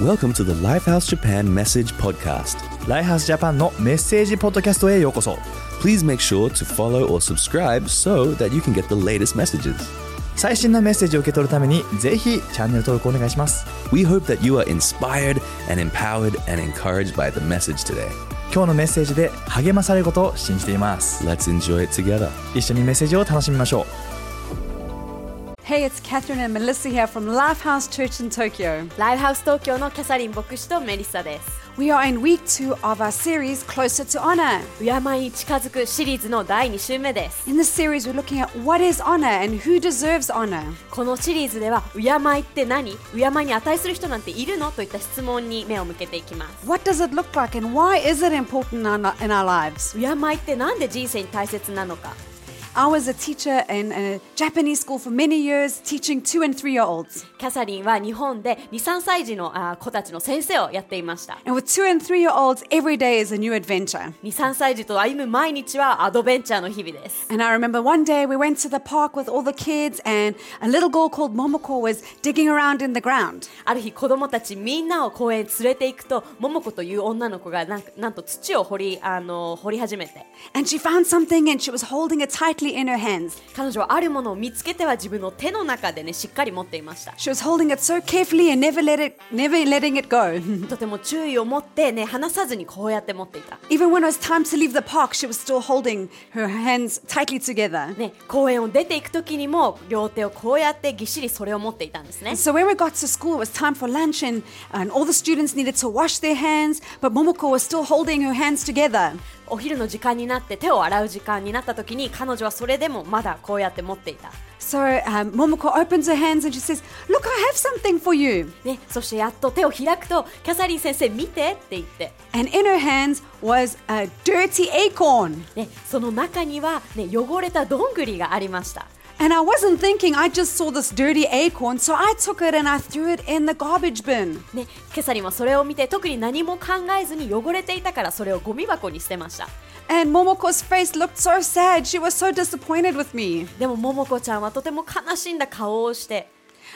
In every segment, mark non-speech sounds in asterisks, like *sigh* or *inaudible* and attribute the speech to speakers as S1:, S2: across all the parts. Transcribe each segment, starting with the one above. S1: Welcome to the Lifehouse Japan Message Podcast.
S2: ライハースジャパンのメッセージポッドキャストへようこそ
S1: Please make sure to follow or subscribe so that you can get the latest messages.
S2: 最新のメッセージを受け取るためにぜひチャンネル登録お願いします
S1: We hope that you are inspired and empowered and encouraged by the message today.
S2: 今日のメッセージで励まされることを信じています
S1: Let's enjoy it together.
S2: 一緒にメッセージを楽しみましょ
S3: Hey, it's Catherine and Melissa here from Lifehouse Church in Tokyo.
S4: ライフハウス東京のキャサリン牧師とメリッサです。
S3: We are in week two of our series, Closer to Honor.
S4: 敬いに近づくシリーズの第2週目です。
S3: In this series, we're looking at what is honor and who deserves honor.
S4: このシリーズでは、敬いって何敬いに値する人なんているのといった質問に目を向けていきます。
S3: What does it look like and why is it important in our, in our lives?
S4: 敬いってなんで人生に大切なのか
S3: I was a teacher in a Japanese school for many years, teaching two and three year olds.
S4: キャサリンは日本で2、3歳児のあー子たちの先生をやっていました。
S3: And with two and three year olds, every day is a new adventure.
S4: 2、3歳児と歩む毎日はアドベンチャーの日々です。
S3: And I remember one day we went to the park with all the kids, and a little girl called Momoko was digging around in the ground.
S4: ある日子供たちみんなを公園へ連れて行くと、桃子という女の子がなんかなんと土を掘り、あの掘り始めて、
S3: And she found something and she was holding it tightly in her hands.
S4: 彼女はあるものを見つけては自分の手の中でねしっかり持っていました
S3: She was holding it so carefully and never let it never letting it go. *laughs*
S4: とても注意を持ってね離さずにこうやって持っていた
S3: Even when it was time to leave the park, she was still holding her hands tightly together.
S4: ね公園を出ていく時にも両手をこうやってぎっしりそれを持っていたんですね
S3: And so when we got to school, it was time for lunch and, and all the students needed to wash their hands, but Momoko was still holding her hands together.
S4: お昼の時間になって手を洗う時間になった時に彼女はそれでもまだこうやって持っていた
S3: So um, Momoko opens her hands and she says, Look, I have something for you.
S4: ねそしてやっと手を開くとキャサリン先生見てって言って、
S3: And in her hands was a dirty acorn.
S4: ね、その中には、ね、汚れたどんぐりがありました
S3: And I wasn't thinking, I just saw this dirty acorn, so I took it and I threw it in the garbage bin.
S4: ね、キャサリンはそれを見て特に何も考えずに汚れていたからそれをゴミ箱に捨てました
S3: And Momoko's face looked so sad. She was so disappointed with me.
S4: でもももこちゃんはとても悲しんだ顔をして、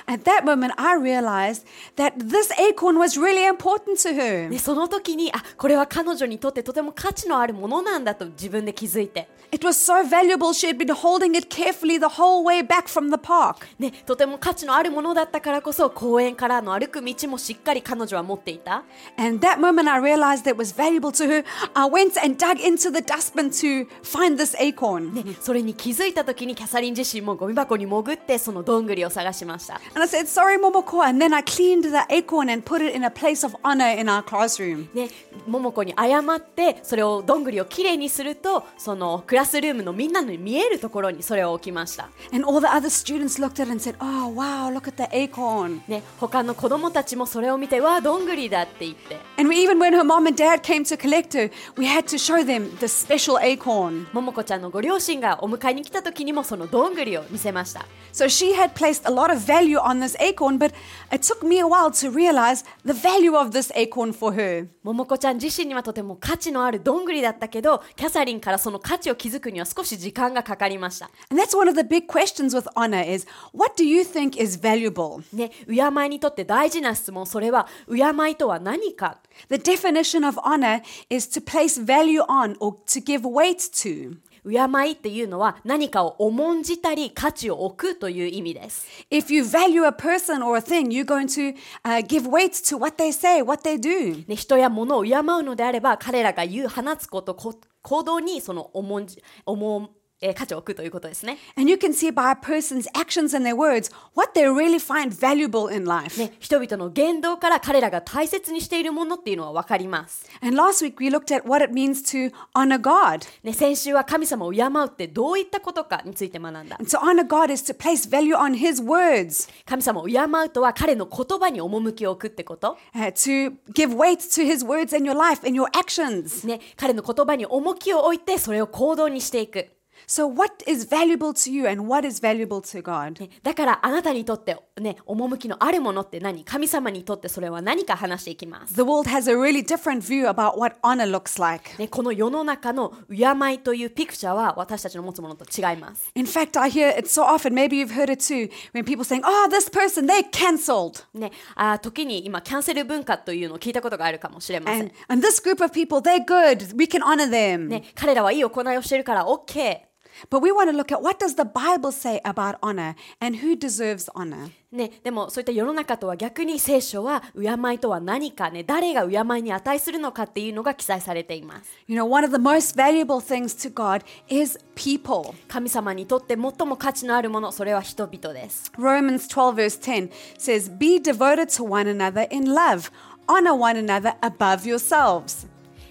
S3: At that moment, I realized that this acorn was really important to her.
S4: ね、その時にあこれは彼女にとってとても価値のあるものなんだと自分で気づいて、
S3: It was so valuable. She had been holding it carefully the whole way back from the park.
S4: ね、とても価値のあるものだったからこそ公園からの歩く道もしっかり彼女は持っていた、
S3: And that moment, I realized that it was valuable to her. I went and dug into the dustbin to find this acorn.
S4: ね、それに気づいた時にキャサリン自身もゴミ箱に潜ってそのどんぐりを探しました
S3: And I said, Sorry, Momoko. And then I cleaned the acorn and put it in a place of honor in our classroom.
S4: ね、ももこに謝ってそれをどんぐりをきれいにするとそのクラスルームのみんなの見えるところにそれを置きました、
S3: And all the other students looked at it and said, Oh, wow, look at the acorn.
S4: ね、他の子供たちもそれを見てわあどんぐりだって言って。
S3: And we, even when her mom and dad came to collect her, we had to show them the special acorn.
S4: ももこちゃんのご両親がお迎えに来た時にもそのどんぐりを見せました
S3: So she had placed a lot of value on this acorn, but it took me a while to realize the value of this acorn for her.
S4: ももこちゃん自身にはとても価値のあるどんぐりだったけどキャサリンからその価値を築くには少し時間がかかりました
S3: And that's one of the big questions with honor is what do you think is valuable?
S4: ね敬いにとって大事な質問それは敬いとは何か
S3: The definition of honor is to place value on or to give weight to.
S4: 敬いっていうのは何かを重んじたり価値を置くという意味です
S3: If you value a person or a thing, you're going to uh, give weight to what they say, what they do.
S4: ね、人や物を敬うのであれば彼らが言う放つことこ行動にその重んじ重んえー価値を置くということですね
S3: And you can see by a person's actions and their words what they really find valuable in life.
S4: ね、人々の言動から彼らが大切にしているものっていうのは分かります、
S3: And last week we looked at what it means to honor God.
S4: ね、先週は神様を敬うってどういったことかについて学んだ
S3: And to honor God is to place value on His words,
S4: 神様を敬うとは彼の言葉に趣を置くってこと、
S3: uh, to give weight to His words in your life, in your actions.
S4: ね、彼の言葉に重きを置いてそれを行動にしていく
S3: So, what is valuable to you and what is valuable to God?
S4: ねだからあなたにとってね、趣のあるものって何神様にとってそれは何か話していきます。
S3: The world has a really different view about what honor looks like.
S4: ね、この世の中の敬いというピクチャーは私たちの持つものと違います。
S3: In fact, I hear it so often, maybe you've heard it too, when people saying, oh, this person, they cancelled.
S4: ね、あー時に今キャンセル文化というのを聞いたことがあるかもしれません
S3: And,。and this group of people, they're good. We can honor them.
S4: ね、彼らはいい行いをしてるから OK。
S3: But we want to look at what does the Bible say about honor and who deserves honor.
S4: ね、でもそういった世の中とは逆に聖書は敬いとは何かね誰が敬いに値するのかっていうのが記載されています
S3: You know, one of the most valuable things to God is people.
S4: 神様にとって最も価値のあるものそれは人々です
S3: Romans 12, verse 10 says, Be devoted to one another in love, honor one another above yourselves.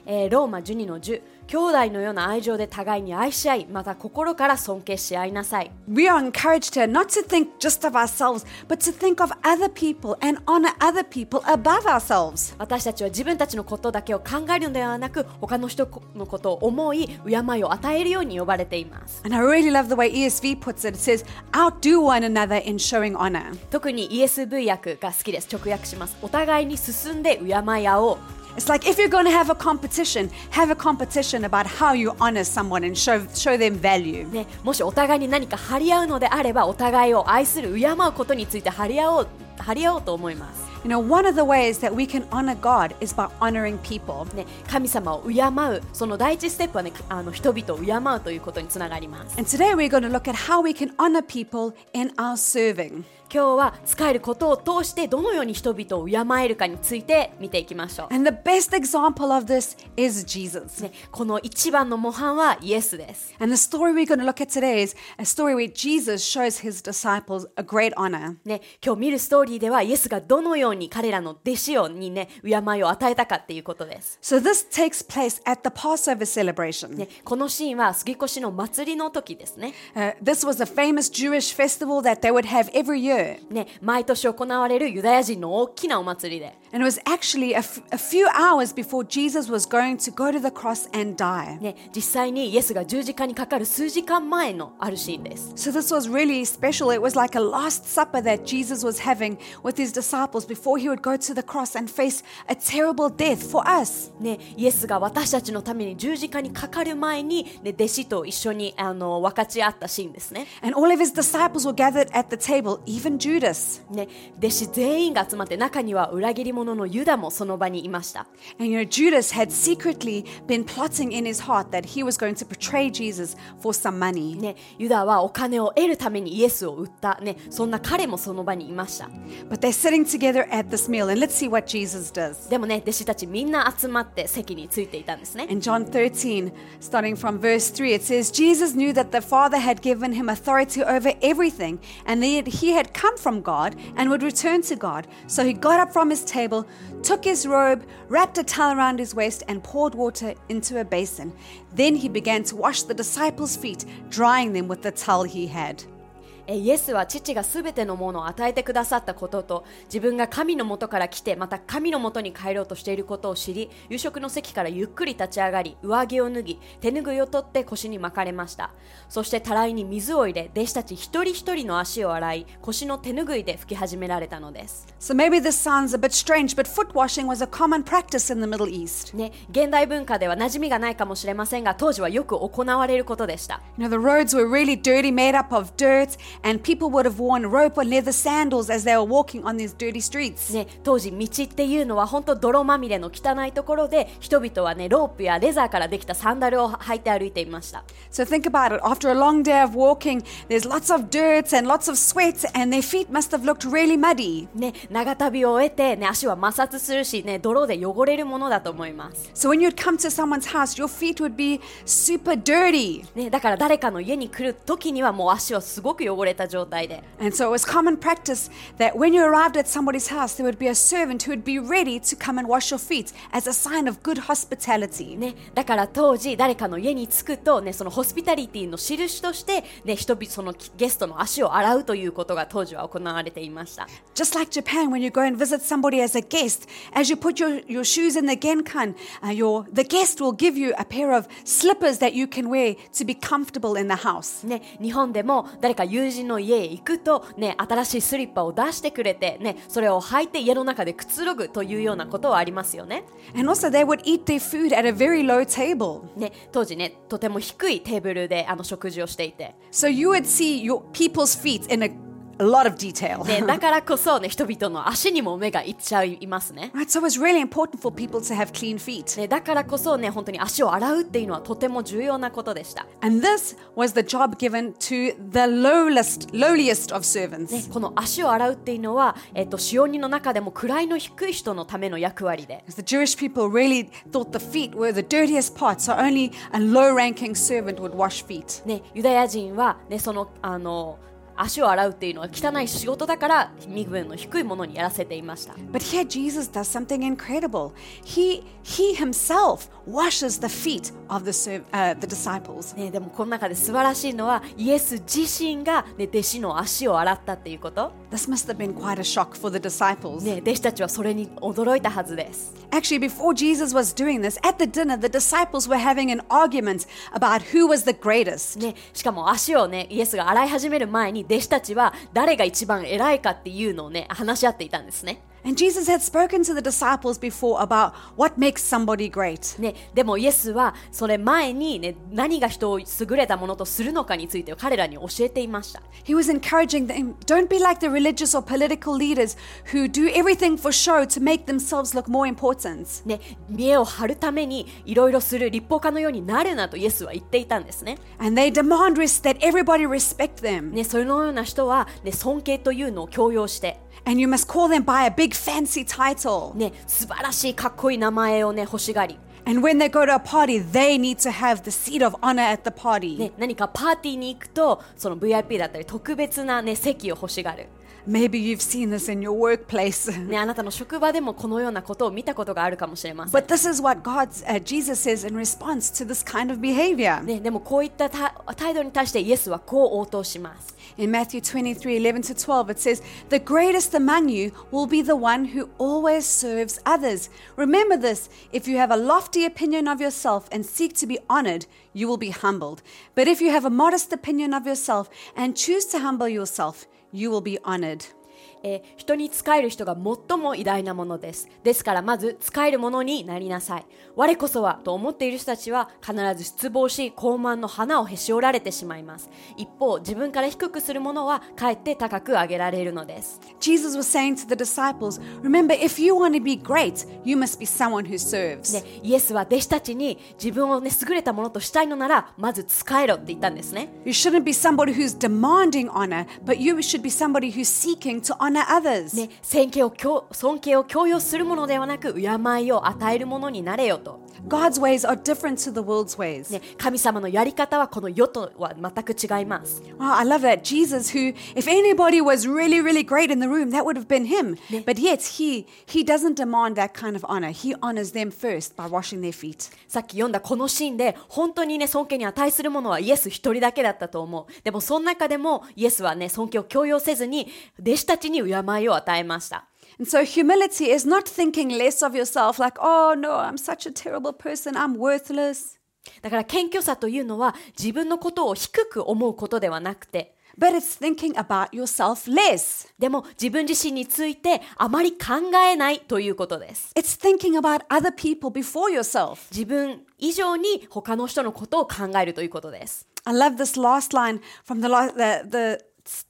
S4: えーローマ12の10兄弟のような愛情で互いに愛し合いまた心から尊敬し合いなさい
S3: We are encouraged here not to think just of ourselves, but to think of other people and honor other people above ourselves.
S4: 私たちは自分たちのことだけを考えるのではなく他の人のことを思い敬いを与えるように呼ばれています
S3: And I really love the way ESV puts it. It says, Outdo one another in showing honor.
S4: 特に ESV 訳が好きです直訳しますお互いに進んで敬い合おう
S3: It's like if you're going to have a competition, have a competition about how you honor someone and show, show them value.
S4: ね、もしお互いに何か張り合うのであればお互いを愛する敬うことについて張り合おう張り合おうと思います、
S3: You know, one of the ways that we can honor God is by honoring people.
S4: ね、神様を敬うその第一ステップは、ね、あの人々を敬うということにつながります
S3: And today we're going to look at how we can honor people in our serving.
S4: 今日は使えることを通してどのように人々を敬えるかについて見ていきましょ
S3: And the best example of this is Jesus.
S4: う、ね、この一番の模範はイエスです
S3: And the story we're going to look at today is a story where Jesus shows his disciples a great honor.
S4: ね、今日見るストーリーではイエスがどのように彼らの弟子をにね敬いを与えたかっていうことです
S3: So this takes place at the Passover celebration.
S4: ね、このシーンは杉越の祭りの時ですね
S3: Uh, this was a famous Jewish festival that they would have every year.
S4: ね、毎年行われるユダヤ人の大きなお祭りで、
S3: And it was actually a, f- a few hours before Jesus was going to go to the cross and die.
S4: ね、実際にイエスが十字架にかかる数時間前のあるシーンです、
S3: So this was really special. It was like a last supper that Jesus was having with his disciples before he would go to the cross and face a terrible death for us.
S4: ね、イエスが私たちのために十字架にかかる前に、ね、弟子と一緒にあの分かち合ったシーンですね
S3: And all of his disciples were gathered at the table, even Judas.
S4: ね弟子全員が集まって中には裏切り者のユダもその場にいました
S3: And you know, Judas had secretly been plotting in his heart that he was going to betray Jesus for some money.
S4: ね、ユダはお金を得るためにイエスを売った、ね、そんな彼もその場にいました
S3: But they're sitting together at this meal, and let's see what Jesus does.
S4: でもね弟子たちみんな集まって席についていたんですね
S3: In John 13, starting from verse 3, it says, Jesus knew that the Father had given him authority over everything, and that he had come from God and would return to God. So he got up from his table, took his robe, wrapped a towel around his waist, and poured water into a basin. Then he began to wash the disciples' feet, drying them with the towel he had.
S4: えーイエスは父がすべてのものを与えてくださったことと自分が神のもとから来てまた神のもとに帰ろうとしていることを知り夕食の席からゆっくり立ち上がり上着を脱ぎ手ぬぐいを取って腰に巻かれましたそしてたらいに水を入れ弟子たち一人一人の足を洗い腰の手ぬぐいで拭き始められたのです、
S3: So maybe this sounds a bit strange, but foot washing was a common practice in the Middle East.
S4: ね、現代文化では馴染みがないかもしれませんが当時はよく行われることでした
S3: You know, the roads were really dirty, made up of dirt, and people would have worn rope or leather sandals as they were walking on these dirty streets.
S4: ね、当時道っていうのは本当泥まみれの汚いところで人々はねロープやレザーからできたサンダルを履いて歩いていました、
S3: So think about it. After a long day of walking, there's lots of dirt and lots of sweat, and their feet must have looked really muddy.
S4: ね、長旅を終えて、ね、足は摩擦するし、ね、泥で汚れるものだと思います、
S3: So when you'd come to someone's house, your feet would be super dirty.
S4: ね、だから誰かの家に来る時にはもう足はすごく汚汚れた状態で
S3: And so it was common practice that when you arrived at somebody's house, there would be a servant who would be ready to come and wash your feet as a sign of good hospitality.
S4: ね、だから当時誰かの家に着くと、ね、そのホスピタリティの印として、ね、人々そのゲストの足を洗うということが当時は行われていました
S3: Just like Japan, when you go and visit somebody as a guest, as you put your, your shoes in the genkan, uh, your, the guest will give you a pair of slippers that you can wear to be comfortable in the house.
S4: ね、日本でも誰か友人の家へ行くと、ね、新しいスリッパを出してくれて、ね、それを履いて家の中でくつろぐというようなことはありますよね。
S3: And also, they would eat their food at a very low table.
S4: ね、当時ね、とても低いテーブルであの食事をしていて、
S3: So you would see your people's feet in a, a lot of detail. *laughs*
S4: ね、だからこそ、ね、人々の足にも目がいっちゃいますね。
S3: Right, so it was really important for people to have clean feet.
S4: ね、だからこそね、本当に足を洗うっていうのはとても重要なことでした。
S3: And this was the job given to the lowest, lowliest of servants.
S4: ね、この足を洗うっていうのは、えっと、使用人の中でも位の低い人のための役割で、
S3: Because the Jewish people really thought the feet were the dirtiest part, so only a low ranking servant would wash feet.
S4: ね、ユダヤ人は、ね、そのあの足を洗うっていうのは汚い仕事だから身分の低いものにやらせていました、
S3: But here Jesus does something incredible. He, he himself washes the feet of the, serv- uh, the disciples.
S4: ね、でもこの中で素晴らしいのはイエス自身が、ね、弟子の足を洗ったっていうこと、
S3: This must have been quite a shock for the disciples.
S4: ね、弟子たちはそれに驚いたはずです
S3: Actually, before Jesus was doing this, at the dinner, the disciples were having an argument about who was the greatest.
S4: ね、しかも足をねイエスが洗い始める前に弟子たちは誰が一番偉いかっていうのをね話し合っていたんですね
S3: And Jesus had spoken to the disciples before about what makes somebody great.
S4: ね、でもイエスはそれ前に、ね、何が人を優れたものとするのかについて彼らに教えていました、
S3: He was encouraging them don't be like the religious or political leaders who do everything for show to make themselves look more important.
S4: ね、見栄を張るためにいろいろする立法家のようになるなとイエスは言っていたんですね。
S3: And they demand res- that everybody respect them.
S4: ね、そのような人は、ね、尊敬というのを強要して、
S3: And you must call them by a big fancy title.
S4: ね、素晴らしいかっこいい名前を、ね、欲しがり、
S3: And when they go to a party, they need to have the seat of honor at the party.
S4: ね、何かパーティーに行くとその VIP だったり特別な、ね、席を欲しがる、
S3: Maybe you've seen this in your workplace.
S4: ね。あなたの職場でもこのようなことを見たことがあるかもしれま
S3: *laughs*
S4: せん。
S3: but this is what God, uh, Jesus says in response to this kind of behavior.
S4: ね、でもこういったた態度に対してイエスはこう応答します。
S3: In Matthew 23 11 to 12, it says, The greatest among you will be the one who always serves others. Remember this if you have a lofty opinion of yourself and seek to be honored, you will be humbled. But if you have a modest opinion of yourself and choose to humble yourself, you will be honored.
S4: えー人に仕える人が最も偉大なものです。ですからまず仕えるものになりなさい。我こそはと思っている人たちは必ず失望し高慢の花をへし折られてしまいます。一方、自分から低くするものはかえって高く上げられるのです。
S3: Jesus was saying to the disciples, Remember, if you want to be great, you must be someone who serves.
S4: ね、イエスは弟子たちに自分をね、優れたものとしたいのならまず仕えろって言ったんですね。
S3: You shouldn't be somebody who's demanding honor, but you should be somebody who's seeking to honor others.
S4: ね、尊敬を強尊敬を強要するものではなく敬いを与えるものになれよと。
S3: God's ways are different to the world's ways.
S4: ね、神様のやり方はこの世とは全く違います。
S3: Wow, Oh, I love that. Jesus, who, if anybody was really, really great in the room, that would have been him. But yet, he he doesn't demand that kind of honor. He honors them first by washing their feet.
S4: さっき読んだこのシーンで本当にね尊敬に値するものはイエス一人だけだったと思うでもその中でもイエスはね尊敬を強要せずに弟子たちに敬いを与えました
S3: And so, humility is not thinking less of yourself, like, oh no, I'm such a terrible person, I'm worthless.
S4: だから謙虚さというのは自分のことを低く思うことではなくて
S3: But it's thinking about yourself less.
S4: でも自分自身についてあまり考えないということです
S3: It's thinking about other people before yourself.
S4: 自分以上に他の人のことを考えるということです
S3: I love this last line from the la- the the,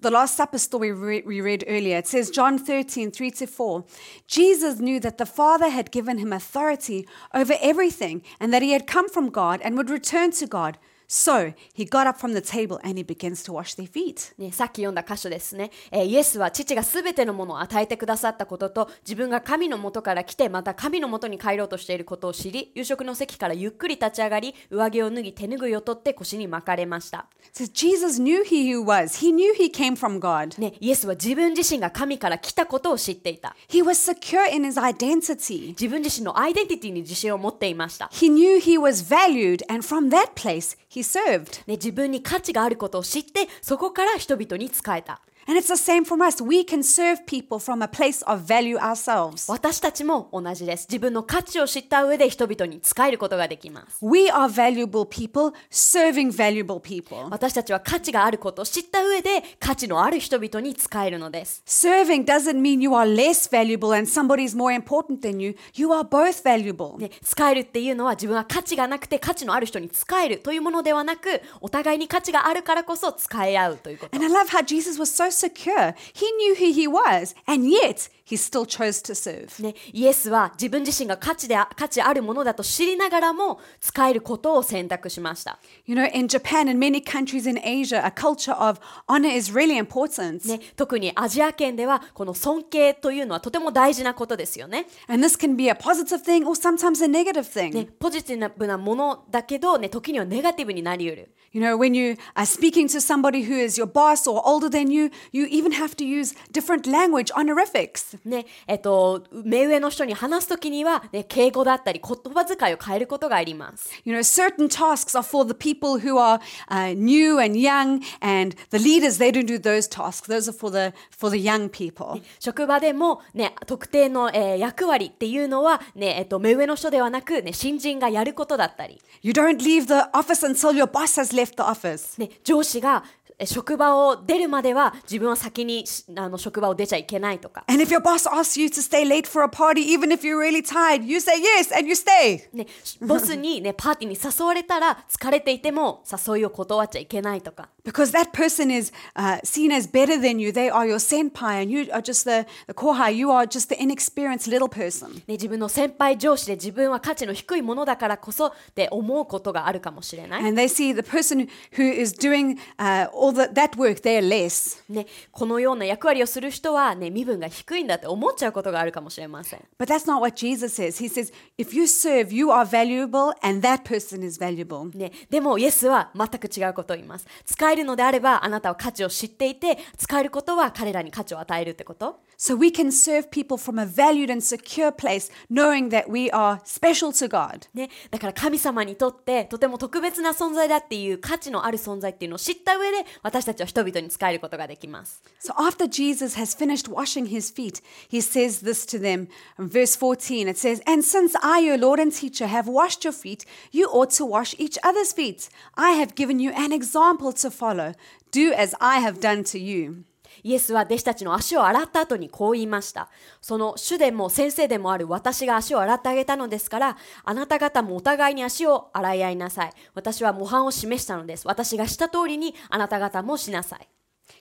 S3: the Last Supper story we, re- we read earlier. It says John 13, 3 to 4. Jesus knew that the Father had given him authority over everything and that he had come from God and would return to God. So he got up from the table and he begins to wash their feet.
S4: ね、さっき読んだ箇所ですね、えーイエスは父がすべてのものを与えてくださったことと自分が神のもとから来てまた神のもとに帰ろうとしていることを知り夕食の席からゆっくり立ち上がり上着を脱ぎ手ぬぐいを取って腰に巻かれました、
S3: So Jesus knew he who was. He knew he came from God.
S4: ね、イエスは自分自身が神から来たことを知っていた
S3: He was secure in his identity.
S4: 自分自身のアイデンティティに自信を持っていました、
S3: He knew he was valued, and from that place, he served.
S4: ね、自分に価値があることを知ってそこから人々に仕えた
S3: And it's the same from us. We can serve people from a place of value ourselves.
S4: 私たちも同じです自分の価値を知った上で人々に仕えることができます
S3: We are valuable people serving valuable people.
S4: 私たちは価値があることを知った上で価値のある人々に使えるのです。
S3: Serving doesn't mean you are less valuable and somebody's more important than you. You are both valuable.
S4: ね、使えるっていうのは自分は価値がなくて価値のある人に使えるというものではなくお互いに価値があるからこそ使い合うということ。
S3: And I love how Jesus was so secure. He knew who he was, and yet he still chose to serve.
S4: ね、イエスは自分自身が価値であ価値あるものだと知りながらも使えることを選択しました、
S3: You know, in Japan and many countries in Asia, a culture of honor is really important.
S4: ね、特にアジア圏ではこの尊敬というのはとても大事なことですよね
S3: And this can be a positive thing or sometimes a negative thing.
S4: ねポジティブなものだけど、ね、時にはネガティブになりうる
S3: You know, when you are speaking to somebody who is your boss or older than you, you even have to use different language honorifics.
S4: ねえっと、目上の人に話すときには、ね、敬語だったり言葉遣いを変えることがあります。
S3: You know, certain tasks are for the people who are uh, new and young, and the leaders they don't do those tasks. Those are for the for the young people.
S4: 職場でも、ね、特定の、えー役割っていうのは、ねえっと、目上の人ではなく、ね、新人がやることだったり、
S3: You don't leave the office until your boss has left the office.
S4: ね、上司がえー職場を出るまでは自分は先にしあの職場を出ちゃいけないとか、
S3: And if your boss asks you to stay late for a party, even if you're really tired, you say yes and you stay.
S4: ね、ボスに、ね、パーティーに誘われたら疲れていても誘いを断っちゃいけないとか。
S3: Because that person is uh, seen as better than you. They are your senpai, and you are just the, the kohai. You are just the inexperienced little person.
S4: ね、自分の先輩上司で自分は価値の低いものだからこそって思うことがあるかもしれない、
S3: And they see the person who is doing uh, all the, that work, they're less.
S4: ね、このような役割をする人は、ね、身分が低いんだって思っちゃうことがあるかもしれません、
S3: But that's not what Jesus says. He says, if you serve, you are valuable, and that person is valuable.
S4: ね、でもイエスは全く違うことを言います使えるのであればあなたは価値を知っていて使えることは彼らに価値を与えるってこと、
S3: So we can serve people from a valued and secure place, knowing that we are special to God.
S4: ね、だから神様にとってとても特別な存在だっていう価値のある存在っていうのを知った上で私たちは人々に使えることができます
S3: So after Jesus has finished washing his feet, he says this to them. In verse 14, it says, And since I, your Lord and teacher, have washed your feet, you ought to wash each other's feet. I have given you an example to follow. Do as I have done to you.
S4: イエスは弟子たちの足を洗った後にこう言いました。その主でも先生でもある私が足を洗ってあげたのですから、あなた方もお互いに足を洗い合いなさい。私は模範を示したのです。私がした通りにあなた方もしなさい。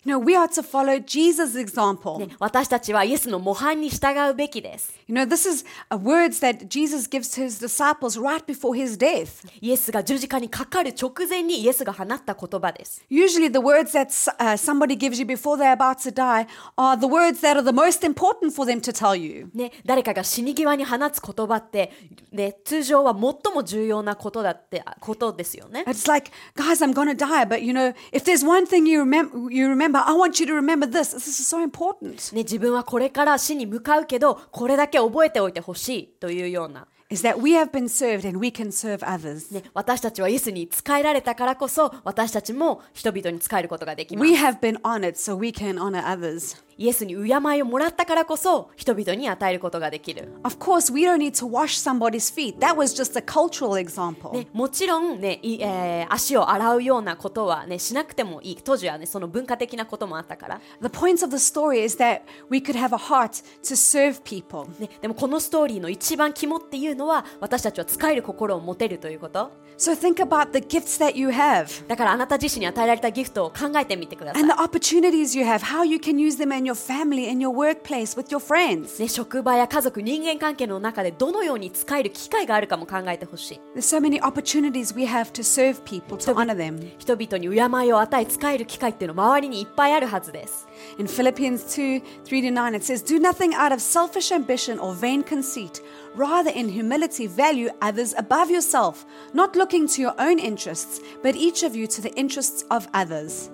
S3: You know, we are to follow Jesus' example.
S4: ね私たちはイエスの模範に従うべきです。
S3: You know, this is uh, words that Jesus gives to his disciples right before his death.
S4: イエスが十字架にかかる直前にイエスが放った言葉です。
S3: Usually, the words that s- uh, somebody gives you before they're about to die are the words that are the most important for them to tell you.
S4: ね、誰かが死に際に放つ言葉って、ね、通常は最も重要なことだってことですよね。
S3: It's like, guys, I'm gonna die, but you know, if there's one thing you remember, you remember, I want you to remember this. This is so important.
S4: ね、自分はこれから死に向かうけどこれだけ覚えておいてほしいというような、
S3: Is that we have been served and we can serve others.
S4: ね、私たちはイエスに仕えられたからこそ私たちも人々に仕えることができます
S3: We have been honored, so we can honor others.
S4: イエスに敬いをもらったからこそ人々に与えることができる、
S3: Of course, we don't need to wash somebody's feet. That was just a cultural example.
S4: ね、もちろん、ねいえー足を洗うようなことは、ね、しなくてもいい当時は、ね、その文化的なこともあったから、
S3: The point of the story is that we could have a heart to serve people.
S4: ね、でもこのストーリーの一番肝っていうのは私たちは仕える心を持てるということ
S3: So think about the gifts that you have
S4: だからあなた自身に与えられたギフトを考えてみてください
S3: and the opportunities you have, how you can use them in in your family, in your workplace, with your friends.
S4: ね、職場や家族、人間関係の中でどのように使える機会があるかも考えてほしい。
S3: There's so many opportunities we have to serve people, to honor them.
S4: 人々に敬いを与え、使える機会っていうのは周りにいっぱいあるはずです。
S3: In Philippians 2 3 to 9, it says, Do nothing out of selfish ambition or vain conceit. Rather, in humility, value others above yourself, not looking to your own interests, but each of you to the interests of others.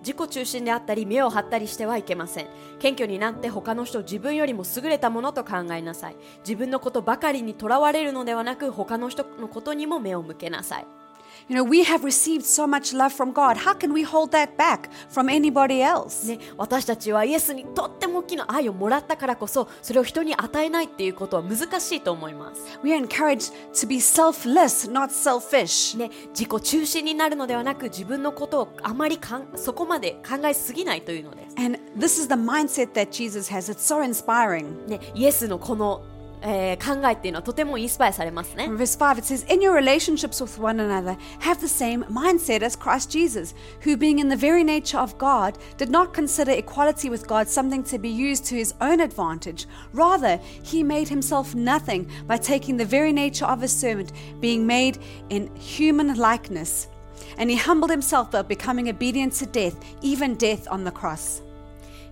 S4: 自己中心であったり、目を張ったりしてはいけません。謙虚になって他の人を自分よりも優れたものと考えなさい。自分のことばかりにとらわれるのではなく、他の人のことにも目を向けなさい。
S3: You know, we have received so much love from God. How can we hold that back from anybody else?
S4: ね、私たちはイエスにとっても大きな愛をもらったからこそそれを人に与えないっていうことは難しいと思います、
S3: We are encouraged to be selfless, not selfish.
S4: ね、自己中心になるのではなく自分のことをあまりかんそこまで考えすぎないというのです、
S3: And this is the mindset that Jesus has. It's so inspiring.
S4: ね、イエスのこの、えー考えっていうのはとてもインスパイアされますね
S3: In verse 5, it says, In your relationships with one another, have the same mindset as Christ Jesus, who, being in the very nature of God, did not consider equality with God something to be used to his own advantage. Rather, he made himself nothing by taking the very nature of a servant, being made in human likeness. And he humbled himself by becoming obedient to death, even death on the cross.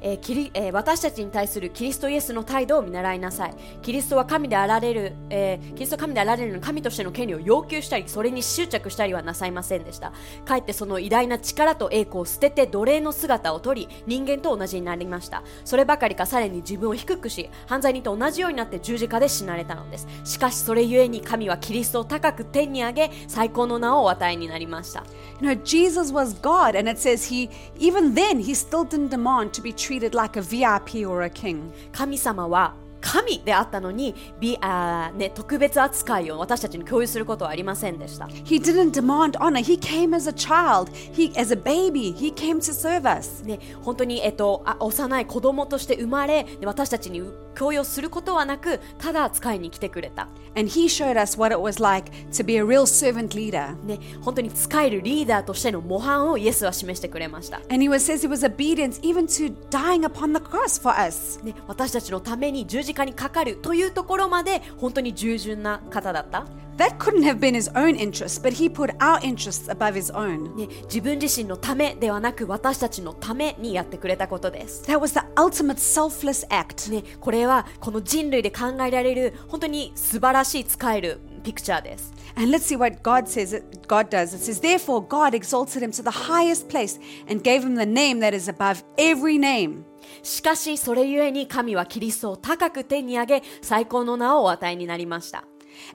S4: えーキリえー私たちに対するキリストイエスの態度を見習いなさい。キリストは神であられる、えーキリストは神であられるの神としての権利を要求したり、それに執着したりはなさいませんでした。かえってその偉大な力と栄光を捨てて奴隷の姿を取り、人間と同じになりました。そればかりかさらに自分を低くし、犯罪人と同じようになって十字架で死なれたのです。しかしそれゆえに神はキリストを高く天に上げ、最高の名をお与えになりました。
S3: You know, Jesus was God, and it says he, even then, he still didn't demand to be treated like a VIP or a king.
S4: 神様は神であったのに、びあーね、特別扱いを私たちに共有することはありませんでした、
S3: He didn't demand honor. He came as a child, he, as a baby, he came to serve us.
S4: ね、本当に、えっと、あ幼い子供として生まれで私たちに強要することはなくただ使いに来てくれた、
S3: And he showed us what it was like to be a real servant leader.
S4: ね、本当に使えるリーダーとしての模範をイエスは示してくれました、
S3: And he was, says he was obedient even to dying upon the cross for us.
S4: ね、私たちのために十字架にかかるというところまで本当に従順な方だった、
S3: That couldn't have been his own interest, but he put our interests above his own.
S4: ね、自分自身のためではなく私たちのためにやってくれたことです
S3: That was the ultimate selfless act.
S4: ね、これはこの人類で考えられる本当に素晴らしい使えるピクチャーです。
S3: And let's see what God says God does. It says, Therefore God exalted him to the highest place and gave him the name that is above every name.
S4: しかしそれゆえに神はキリストを高く手に上げ最高の名をお与えになりました。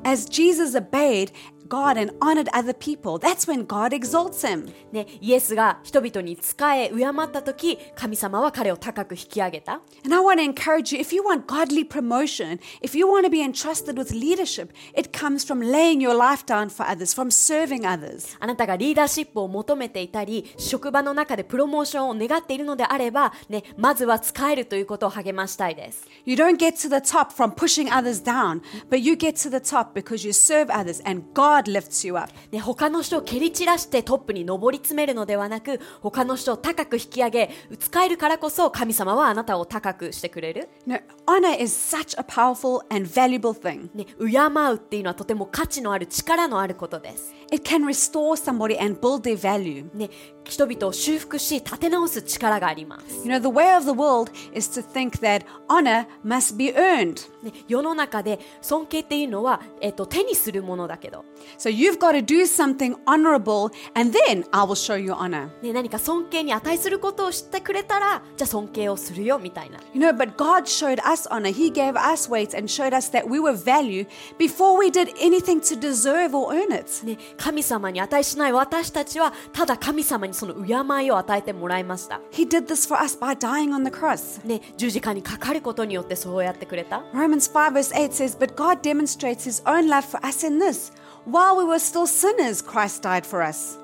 S3: As Jesus obeyed God and honored other people, that's when God exalts him.
S4: ね、イエスが人々に仕え敬った時神様は彼を高く引き上げた、
S3: And I want to encourage you if you want godly promotion, if you want to be entrusted with leadership, it comes from laying your life down for others, from serving others.
S4: あなたがリーダーシップを求めていたり職場の中でプロモーションを願っているのであれば、ね、まずは使えるということを励ましたいです。
S3: You don't get to the top from pushing others down, but you get to the top because you serve others and God lifts you up.
S4: ね、他の人を蹴り散らしてトップに上り詰めるのではなく他の人を高く引き上げ使えるからこそ神様はあなたを高くしてくれる、
S3: You know, honor is such a powerful and valuable thing.
S4: ね、敬うっていうのはとても価値のある力のあることです、
S3: It can restore somebody and build their value.
S4: ね、人々を修復し立て直す力があります、
S3: You know, the way of the world is to think that honor must be earned.
S4: ね、世の中で尊敬っていうのは、えっと、手にするものだけど、
S3: So you've got to do something honorable and then I will show you honor.
S4: ね、何か尊敬に値することを知ってくれたらじゃあ尊敬をするよみたいな
S3: You know, but God showed us honor. He gave us weight and showed us that we were value before we did anything to deserve or earn it.
S4: ね、神様に値しない私たちはただ神様にその敬いを与えてもらいました、
S3: He did this for us by dying on the cross.
S4: ね、十字架にかかることによってそうやってくれた、
S3: Romans 5 verse 8 says, But God demonstrates his own love for us in this. While we were still sinners, Christ died for us.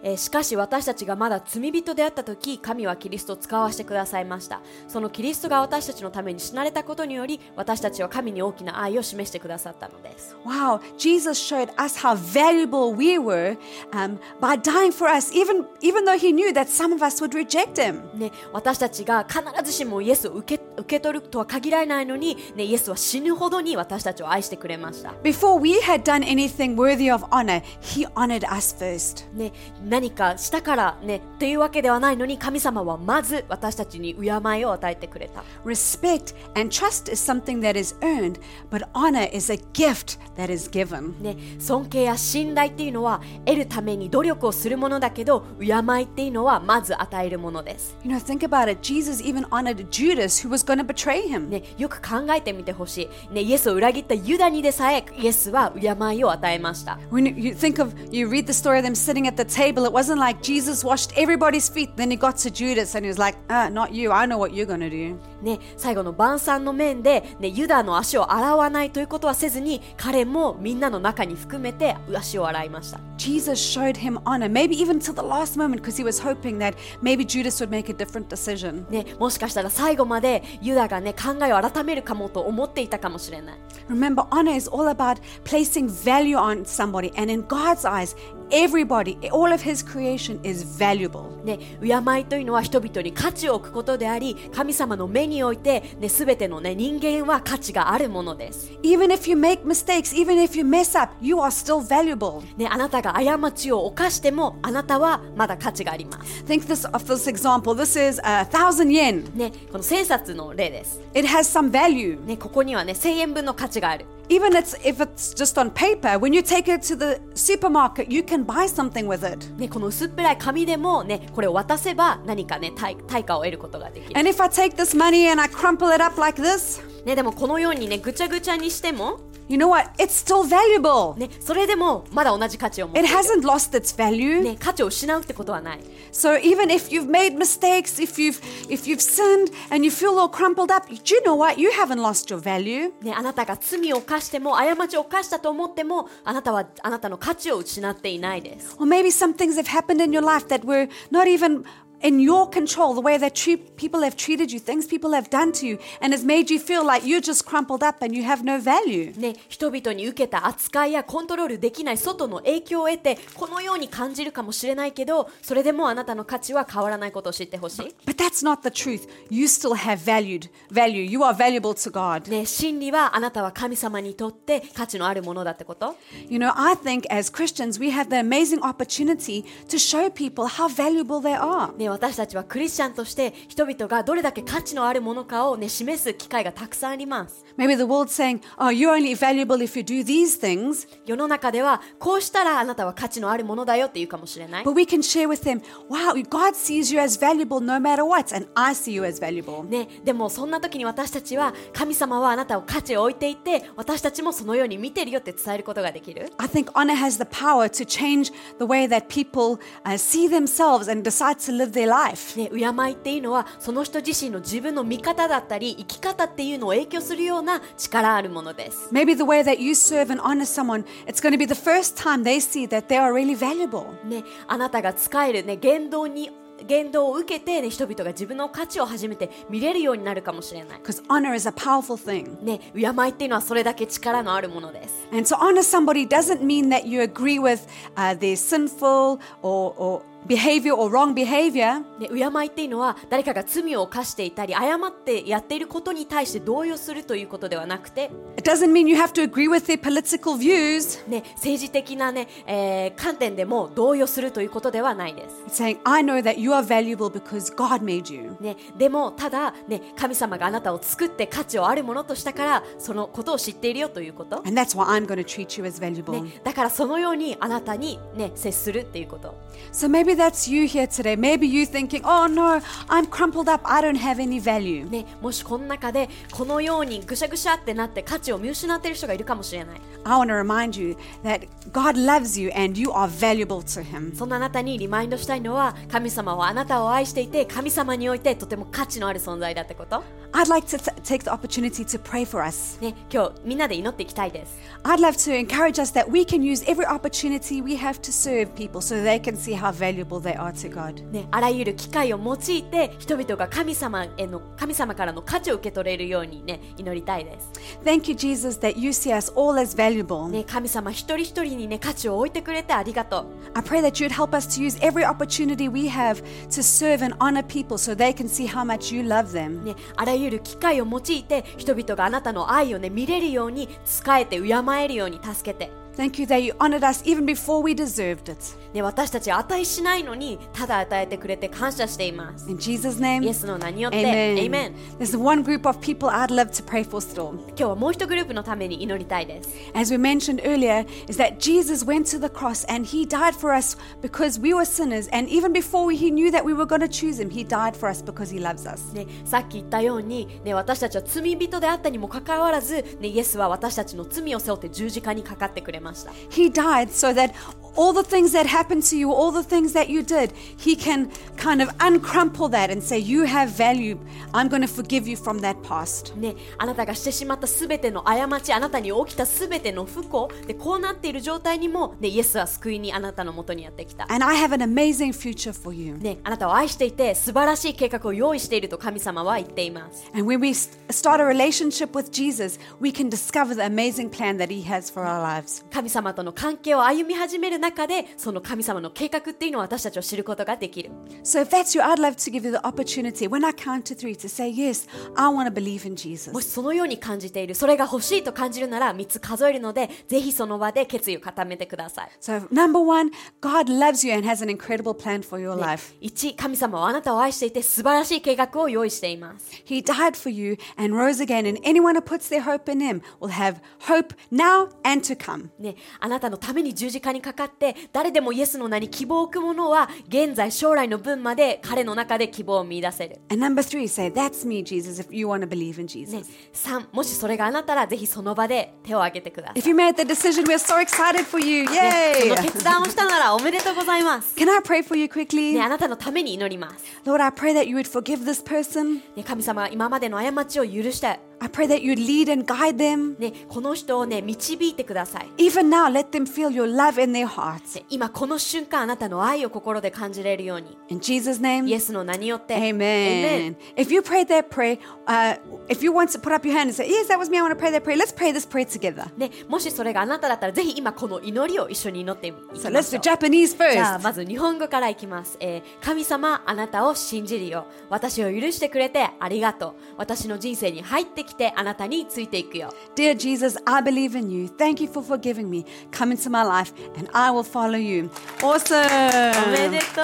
S4: えーしかし私たちがまだ罪人であった時神はキリストを使わせてくださいましたそのキリストが私たちのために死なれたことにより私たちは神に大きな愛を示してくださったのです
S3: Wow, Jesus showed us how valuable we were um, by dying for us, even, even though he knew that some of us would reject him.
S4: ね、私たちが必ずしもイエスを受け受け取るとは限らないのに、ね、イエスは死ぬほどに私たちを愛してくれました、
S3: Before we had done anything worthy of honor, he honored us first.
S4: ね、何かしたから、ね、というわけではないのに神様はまず私たちに敬いを与えてくれた、
S3: Respect and trust is something that is earned, but honor is a gift that is given.
S4: ね、尊敬や信頼っていうのは得るために努力をするものだけど敬いっていうのはまず与えるものです、
S3: You know, think about it. Jesus even honored Judas, who was going to betray him.
S4: ね、よく考えてみてほしい、ね、イエスを裏切ったユダにでさえイエスは敬いを与えました、
S3: When you think of, you read the story of them sitting at the table, it wasn't like Jesus washed everybody's feet, then he got to Judas and he was like, ah, not you, I know what you're going to do.
S4: ね、最後の晩餐の面で、ね、ユダの足を洗わないということはせずに彼もみんなの中に含めて足を洗いました、
S3: Jesus showed him honor, maybe even till the last moment, because he was hoping that maybe Judas would make a different decision.
S4: ね、もしかしたら最後までユダが、ね、考えを改めるかもと思っていたかもしれない、
S3: Remember, honor is all about placing value on somebody, and in God's eyes, everybody, all of his creation is valuable.
S4: ね、敬いというのは人々に価値を置くことであり神様の目において、ね、全ての、ね、人間は価値があるものです、
S3: Even if you make mistakes, even if you mess up, you are still valuable.
S4: ね、あなたが過ちを犯してもあなたはまだ価値があります、
S3: Think this of this example. This is a thousand yen.
S4: ね、この千冊の例です、
S3: It has some value.
S4: ね、ここには、ね、1000円分の価値がある
S3: Even it's, if it's just on paper, when you take it to the supermarket, you can buy something with it.
S4: ね、この薄っぺらい紙でも、ね、これを渡せば何か、ね、対対価を得ることができる、
S3: And if I take this money and I crumple it up like this,
S4: ね、でもこのように、ね、ぐちゃぐちゃにしても、
S3: you know what? It's still valuable.
S4: ね、それでもまだ同じ価値を持って
S3: It
S4: いる
S3: hasn't lost its value.
S4: ね、価値を失うってことはない、
S3: So even if you've made mistakes, if you've if you've sinned and you feel all crumpled up, do you know what? You haven't lost your value.
S4: ね、あなたが罪を犯しても過ちを犯したと思ってもあなたはあなたの価値を失っていないです、
S3: Or maybe some things have happened in your life that were not even in your control, the way that treat, people have treated you, things people have done to you, and has made you feel like you're just crumpled up and you have no value.
S4: ね、人々に受けた扱いやコントロールできない外の影響を得てこのように感じるかもしれないけどそれでもあなたの価値は変わらないことを知ってほしい
S3: But that's not the truth. You still have valued value. You are valuable to God.
S4: ね、真理はあなたは神様にとって価値のあるものだってこと、
S3: You know, I think as Christians, we have the amazing opportunity to show people how valuable they are.
S4: ね、私たちはクリスチャンとして人々がどれだけ価値のあるものかを、ね、示す機会がたくさんあります。
S3: Maybe the world's saying, oh, you're only valuable if you do these things.
S4: 世の中ではこうしたらあなたは価値のあるものだよって言うかもしれない
S3: But。we can share with them, wow, God sees you as valuable no matter what, and I see you as valuable.
S4: ね、でもそんな時に私たちは神様はあなたを価値を置いていて私たちもそのように見てるよって伝えることができる、
S3: I think honor has the power to change the way that people uh, see themselves and decide to live their life.
S4: ね、敬いっていうのはその人自身の自分の見方だったり生き方っていうのを影響するような力あるものです。
S3: Maybe the way that you serve and honor someone, it's going to be the first time they see that they are really valuable.
S4: ね、あなたが使える、ね、言動に言動を受けて、ね、人々が自分の価値を初めて見れるようになるかもしれない。
S3: Because honor is a powerful thing.
S4: ね、敬いっていうのはそれだけ力のあるものです。
S3: And to honor somebody doesn't mean that you agree with uh, their sinful or, or behavior or wrong behavior.
S4: ね、敬いっていうのは誰かが罪を犯していたり誤ってやっていることに対して同意をするということではなくて、
S3: It doesn't mean you have to agree with their political views.
S4: ね、政治的な、ねえー観点でも同意をするということではないです。
S3: It's saying, I know that you are valuable because God made you.
S4: ね、でもただ、ね、神様があなたを作って価値をあるものとしたからそのことを知っているよということ。
S3: And that's why I'm going to treat you as valuable.
S4: ね、だからそのようにあなたに、ね、接するっていうこと、
S3: So maybe that's you here today. Maybe you thinking, oh no, I'm crumpled up. I don't have any value.
S4: ね、もしこの中でこのようにぐしゃぐしゃってなって価値を見失ってる人がいるかもしれない
S3: I want to remind you that God loves you and you are valuable to Him.
S4: そんなあなたにリマインドしたいのは神様はあなたを愛していて神様においてとても価値のある存在だってこと
S3: I'd like to t- take the opportunity to pray for us.
S4: ね、今日みんなで祈っていきたいです
S3: I'd love to encourage us that we can use every opportunity we have to serve people so they can see how valuable they are to God.
S4: ね、あらゆる機会を用いて人々が神様への神様からの価値を受け取れるようにね祈りたいです、
S3: Thank you, Jesus, that you see us all as valuable.
S4: ね、神様一人一人にね価値を置いてくれてありがとう
S3: I pray that you'd help us to use every opportunity we have to serve and honor people so they can see how much you love them.
S4: ね、あらゆる機会を用いて人々があなたの愛をね見れるように仕えて敬えるように助けて、
S3: Thank you that you honored us even before we deserved it.
S4: ね、私たちは値しないのにただ与えてくれて感謝しています
S3: In Jesus' name.
S4: イエスの名によって
S3: Amen.
S4: Amen
S3: There's one group of people I'd love to pray for still.
S4: 今日はもう一グループのために祈りたいです
S3: As we mentioned earlier, is that Jesus went to the cross and he died for us because we were sinners. And even before he knew that we were going to choose him, he died for us because he loves us.
S4: ね、さっき言ったように、ね、私たちは罪人であったにもかかわらず、ね、イエスは私たちの罪を背負って十字架にかかってくれました、
S3: He died so that all the things that happened to you, all the things that you did, he can kind of uncrumple that and say, You have value. I'm going to forgive you from that past.
S4: ね、あなたがしてしまったすべての過ちあなたに起きたすべての不幸でこうなっている状態にも、ね、イエスは救いにあなたのもとにやってきた、
S3: And I have an amazing future for you.
S4: ね、あなたを愛していて素晴らしい計画を用意していると神様は言っています
S3: And when we s- start a relationship with Jesus, we can discover the amazing plan that he has for our lives.
S4: 神様との関係を歩み始める中でその神様の計画っていうのを私たちを知ることができる
S3: So if that's you, I'd love to give you the opportunity when I count to three to say, Yes, I want to believe in
S4: もし
S3: Jesus.
S4: そのように感じているそれが欲しいと感じるなら3つ数えるのでぜひその場で決意を固めてください
S3: So, number one, God loves you and has an incredible plan for your life.
S4: 1神様はあなたを愛していて素晴らしい計画を用意しています
S3: He died for you and rose again, and anyone who puts their hope in him will have hope now and to come.
S4: ね、あなたのために十字架にかかって誰でもイエスの名に希望を置く者は現在将来の分まで彼の中で希望を見出せる、
S3: And number three, say, That's me, Jesus, if you want to believe in
S4: ね
S3: Jesus.、
S4: 3もしそれがあなたらぜひその場で手を挙げてください
S3: If you made the decision, we're so excited for you.
S4: そ
S3: Yay!
S4: の決断をしたならおめでとうございます、
S3: Can I pray for you quickly?
S4: ね、あなたのために祈ります、
S3: Lord, I pray that you would forgive this person.
S4: ね、神様は今までの過ちを許して、
S3: I pray that you'd lead and guide them.
S4: ね、この人をね導いてください
S3: Even now, let them feel your love in their hearts.
S4: ね今この瞬間あなたの愛を心で感じれるように
S3: In Jesus' name,
S4: イエスの名によって
S3: Amen. If you prayed that prayer, uh, if you want to put up your hand and say, Yes, that was me, I want to pray that prayer, let's pray this prayer together.
S4: ね、もしそれがあなただったらぜひ今この祈りを一緒に祈っていきまし
S3: So
S4: ょう
S3: let's do Japanese
S4: じゃあ
S3: first.
S4: まず日本語からいきます、えー神様あなたを信じるよ私を許してくれてありがとう私の人生に入ってきてあなたについていくよ
S3: Dear Jesus, I believe in you. Thank you for forgiving me. Come into my life and I will follow you.
S4: おめ
S3: Awesome.
S4: でと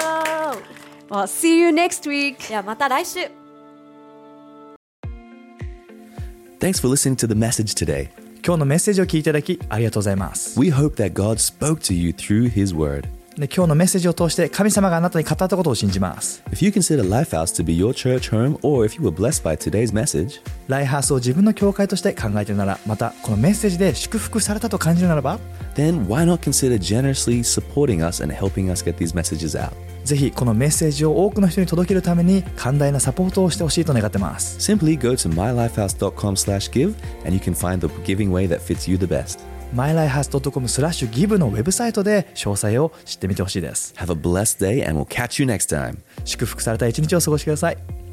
S4: う
S3: Well, see you next week.
S4: ではまた来週
S1: Thanks for listening to the message today.
S2: 今日のメッセージを聞いていただきありがとうございます
S1: We hope that God spoke to you through His Word.
S2: で今日のメッセージを通して神様があなたに語ったことを信じます
S1: If you consider Lifehouse to be your church home, or if you were blessed by today's message,
S2: ライハースを自分の教会として考えているならまたこのメッセージで祝福されたと感じるならば
S1: then why not consider generously supporting us and helping us get these messages out?
S2: ぜひこのメッセージを多くの人に届けるために寛大なサポートをしてほしいと願ってます
S1: Simply go to mylifehouse.com/give and you can find the giving way that fits you the best.
S2: mylifehouse.com スラッシュギブのウェブサイトで詳細を知ってみてほしいです
S1: Have a blessed day and we'll catch you next time.
S2: 祝福された一日を過ごしてください